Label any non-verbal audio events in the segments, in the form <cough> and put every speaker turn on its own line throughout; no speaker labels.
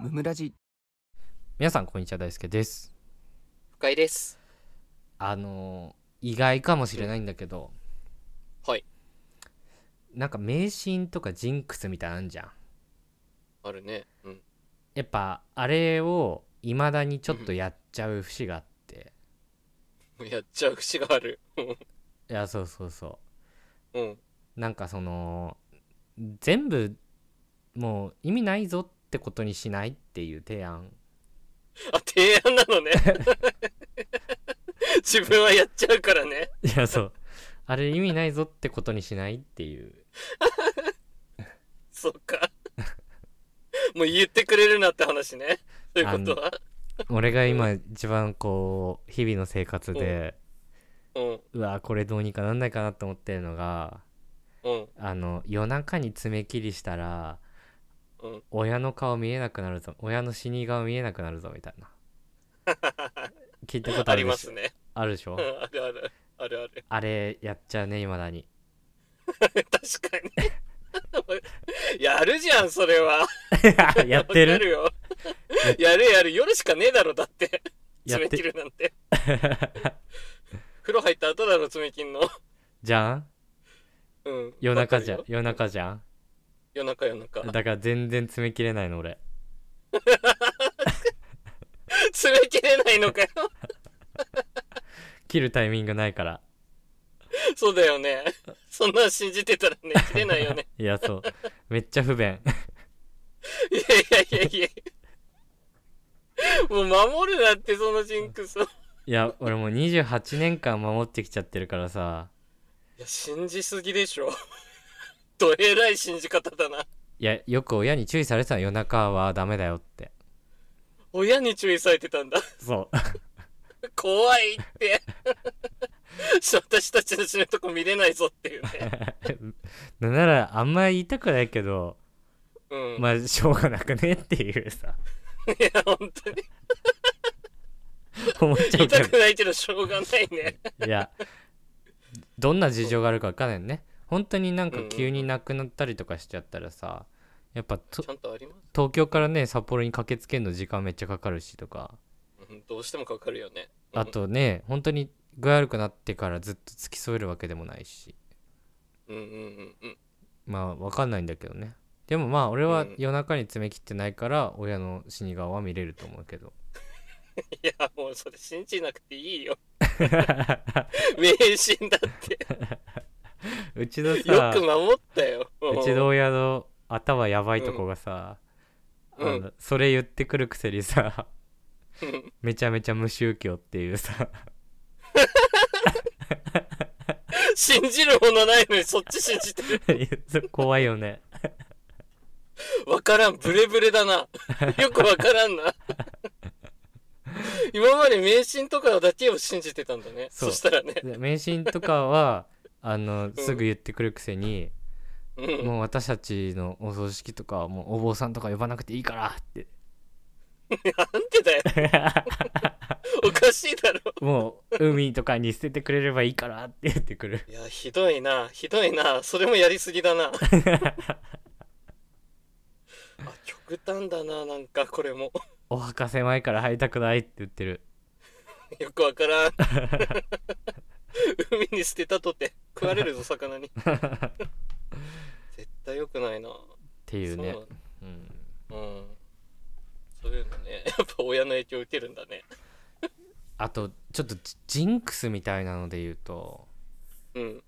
ムムラジ
皆さんこんにちは大輔です
深井です。
あのー意外かもしれないんだけど
はい。
なんか迷信とかジンクスみたいなのあんじゃん
あるね。うん。
やっぱあれを未だにちょっとやっちゃう節があって
やっちゃう節がある。
いやそうそうそ
うん。
うなんかその全部もう意味ないぞってことにしないっていう提案 <laughs>
あ、提案なのね。自分はやっちゃうからね。
いやそうあれ意味ないぞってことにしないっていう
そっか。もう言ってくれるなって話ね。ということは。
俺が今一番こう日々の生活で
うん。
うわこれどうにかなんないかなと思ってるのが
うん。
あの夜中に爪切りしたら
うん。
親の顔見えなくなるぞ親の死に顔見えなくなるぞみたいな聞いたこと
あ
ある
り
で
ま
し
す
ょ
ね。
あるでしょ
うんあるある。あるある。
あれやっちゃうねいまだ
<laughs>
に
確かに。 <laughs> やるじゃん、それは。
やって
わか
る
るよ。やるやる。夜しかねえだろ、だって。
やっ
爪
て
切るなん
<laughs>
て。風呂入った後だろ、爪切んの。
じゃん
うん。
夜中じ
わ
ゃ
か
ん
るよ
夜中じゃん
夜中夜中。
だから全然爪切れないの俺
<laughs> 詰め切れないのかよ。 <laughs>
切るタイミングないから
そうだよね。そんなん信じてたらね、切れな
<laughs>
いよね。
いやそうめっちゃ不便
いやいやいやいや。もう守るなって、そのジンクスを。い
いや俺もう28年間守ってきちゃってるからさ
や、信じすぎでしょ。 <laughs> どえらい信じ方だ
い
な。
やよく親に注意されてたの夜中はダメだよって
親に注意されてたんだ。
そう
怖いって。私たちの死ぬとこ見れないぞっていう
<laughs>
ね。
なんならあんまり言いたくないけど
うん。
まあしょうがなくねっていう <laughs> さ
いや、本
<laughs>
当に。
思っちゃうけ
痛くないけど、しょうがないね。
どいやどんな事情があるか分かんないよね本当になんか急に亡くなったりとかしちゃったらさやっぱと
ちゃんとあります。
東京からね札幌に駆けつけるの時間めっちゃかかるしとか
うんどうしてもかかるよね。うん
あとね本当に具合悪くなってからずっと付き添えるわけでもないし
うんうんうんうん。
まあ分かんないんだけどねでもまあ俺は
うん
夜中に爪切ってないから親の死に顔は見れると思うけど
いやもうそれ信じなくていいよ迷信だって
うちの
よ
さ
く守ったようん
うちの親の頭やばいとこがさ、
うん
あのそれ言ってくるくせにさ <laughs>
うん
めちゃめちゃ無宗教っていうさ <laughs>
信じるものないのにそっち信じてる
怖いよね
わからんブレブレだなよくわからんな今まで迷信とかだけを信じてたんだね
そ
そうしたらね
で迷信とかはあのすぐ言ってくるくせに、
うん
もう私たちのお葬式とかはもうお坊さんとか呼ばなくていいからって <laughs>
なんでだよおかしいだろ
もう海とかに捨ててくれればいいからって言ってくる
いやひどいなひどいなそれもやりすぎだなあ
<laughs>
極端だななんかこれも <laughs>
お墓狭いから入りたくないって言ってる
よくわからん <laughs> 海に捨てたとて食われるぞ
<laughs>
魚に絶対よくないなっ
っていうねうん
うんそういうのね <laughs> やっぱ親の影響受けるんだね
あとちょっとジジンクスみたいなので言うと
うん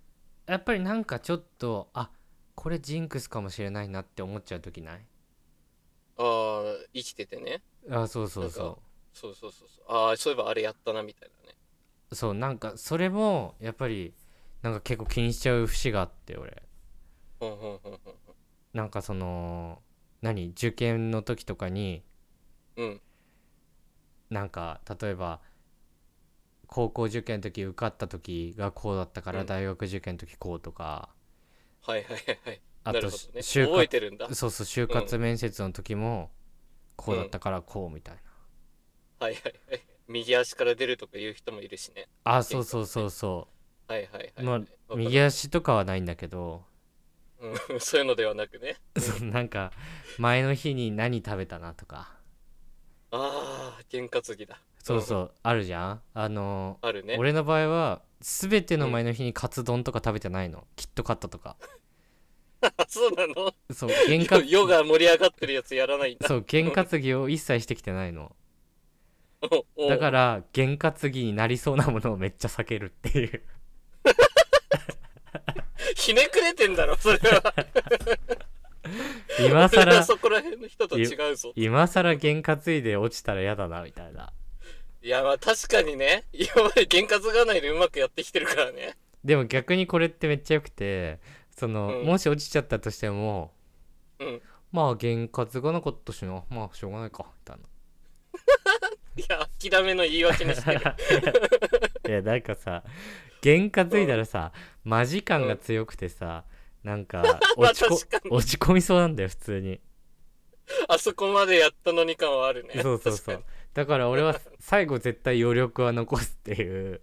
やっぱりなんかちょっとあこれジンクスかもしれないなって思っちゃう時ない
ああ生きててね
あそうそう
な
そ
んそうそうそうそうああそういえばあれやったなみたいなね
うそうなんかそれもやっぱりなんか結構気にしちゃう節があって俺
うんうんうん
なんかその何受験の時とかに
うんうん
なんか例えば高校受験の時受かった時がこうだったか
う
ら
ん
大学受験の時こうとか、
はいはいはいはい
あ
なる
と
ほどね
就
覚え
活
てるんだ
そうそう就活面接の時もこうだったからこうみたいな、
はいはいはい右足から出るとか言う人もいるしね
あそうそうそうそ
はいはいは
う、
い、
ま
は
あ
い、
右足とかはないんだけど、
<laughs> うん、そういうのではなくね
そうなんか前の日に何食べたなとか
ああ験担ぎだ
そうそうあるじゃんあの
あるね
俺の場合は全ての前の日にカツ丼とか食べてないの、キットカットとか
あ <laughs> そうなの <laughs>
そう験担
ヨヨガ盛り上がってるやつやらないんだ
そう験担ぎを一切してきてないの
お
だから験担ぎになりそうなものをめっちゃ避けるっていう
ひねくれてんだろそれは
今
それ
更
は <laughs> そこら辺の人と違うぞ
今更験担いで落ちたら嫌だなみたいない
やまあ確かにね今まで験担がないでうまくやってきてるからね
でも逆にこれってめっちゃよくてその、
うん
もし落ちちゃったとしても
うん
まあ験担がなかったしなまあしょうがないかみたいない
や諦めの言い訳にしてる
<laughs> いやなんかさ験担いだらさ、マジ感が強くてさ、なんか
<laughs> まあ
落ちこ
確かに
落ち込みそうなんだよ普通に
あそこまでやったのに感はあるね
そうそう
確か
そ
に
うだから俺は最後絶対余力は残すっていう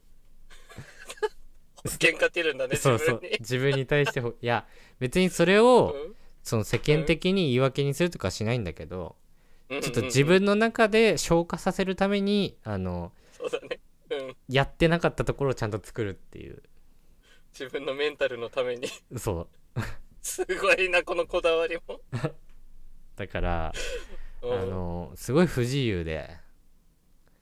喧嘩てるんだね自
そう
分に
そう自分に対してほいや別にそれを、
うん
その世間的に言い訳にするとかはしないんだけど、
うんうん
ちょっと自分の中で消化させるためにあの
そうだねうん
やってなかったところをちゃんと作るっていう
自分のメンタルのために <laughs>
そう
すごいなこのこだわりも
だからあ
うん
のすごい不自由で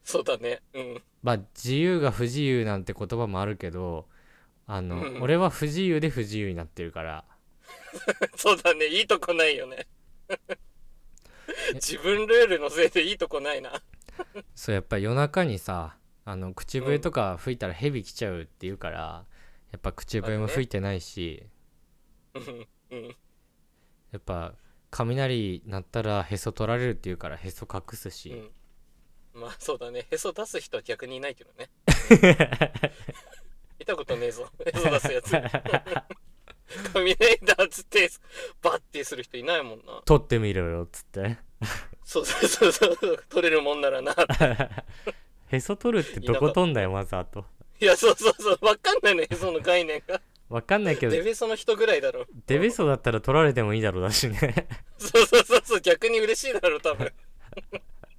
そうだねうん <laughs>
まあ自由が不自由なんて言葉もあるけどあの、
うん
俺は不自由で不自由になってるから
そうだねいいとこない
<laughs>
よね自分ルールのせいでいいとこないな
そうやっぱ夜中にさあの口笛とか吹いたら蛇来ちゃうっていうから、やっぱ口笛も吹いてないし、
うんうん
やっぱ雷鳴ったらへそ取られるっていうからへそ隠すし、 <laughs>
うんまあそうだねへそ出す人は逆にいないけど
<laughs>
ね見たことねえぞへそ出すやつ雷だっつってバッてする人いないもんな
取ってみろよっつって
そうそうそうそう取れるもんならな
<laughs> へそ取るってどこ取んだよまずあと
いやそうそうそうわかんないねへその概念が
わかんないけど
デベソの人ぐらいだろ
デベソだったら取られてもいいだろうだし <laughs> ね
<laughs> そうそうそうそう逆に嬉しいだろ
<laughs>
多分やっ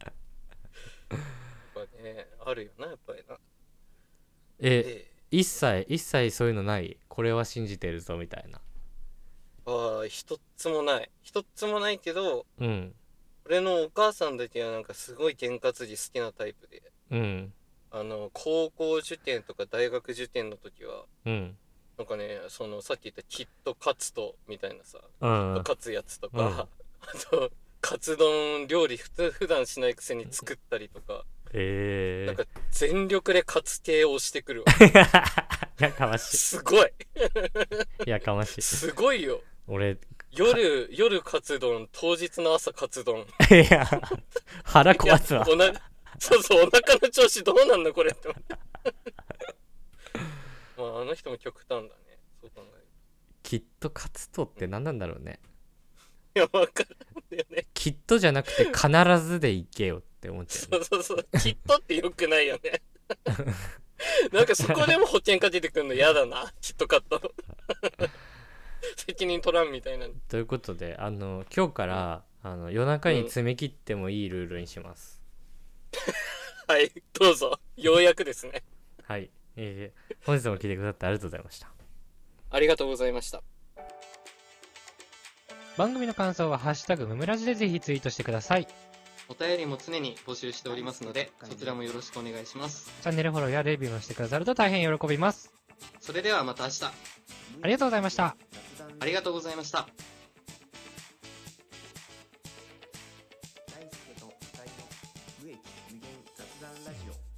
ぱねあるよなやっぱりな
え
え
一切一切そういうのないこれは信じてるぞみたいな
えああ一つもない一つもないけど
うん
俺のお母さんだけはなんかすごい験担ぎ好きなタイプで
うん
あの高校受験とか大学受験の時は
うん
なんかねそのさっき言ったキットカツとみたいなさ、
うん
カツやつとか、
うん
あとカツ丼料理普通普段しないくせに作ったりとか、
え
なん
ー
か全力でカツ系をしてくるわ
<laughs> やかまし
すごい
<laughs> いやかましい
すごいよ
俺い
夜夜カツ丼当日の朝カツ丼
や <laughs> 腹壊すわ
いやおなそうそうお腹の調子どうなんのこれって <laughs> 思ったまああの人も極端だねそう考
きっと勝つとって何なんだろうね
えるいやわからんよね
きっとじゃなくて必ずでいけよって思っちゃう
そうそうそうきっとってよくないよ
<laughs>
ねなんかそこでも保険かけてくんの嫌だなきっとカット責任取らんみたいなの
ということであの今日からあの夜中に詰め切ってもいいルールにします、
はいどうぞようやくですね
はい、えー本日も聞いてくださってありがとうございました
ありがとうございました
番組の感想は「ハッシュタグむむらじ」でぜひツイートしてくださいチ
お便りも常に募集しておりますのでそちらもよろしくお願いします
ャンネルフォローやレビューもしてくださると大変喜びます
それではまた明日
ありがとうございました
ありがとうございました
大輔と二人の無益無限雑談ラジオ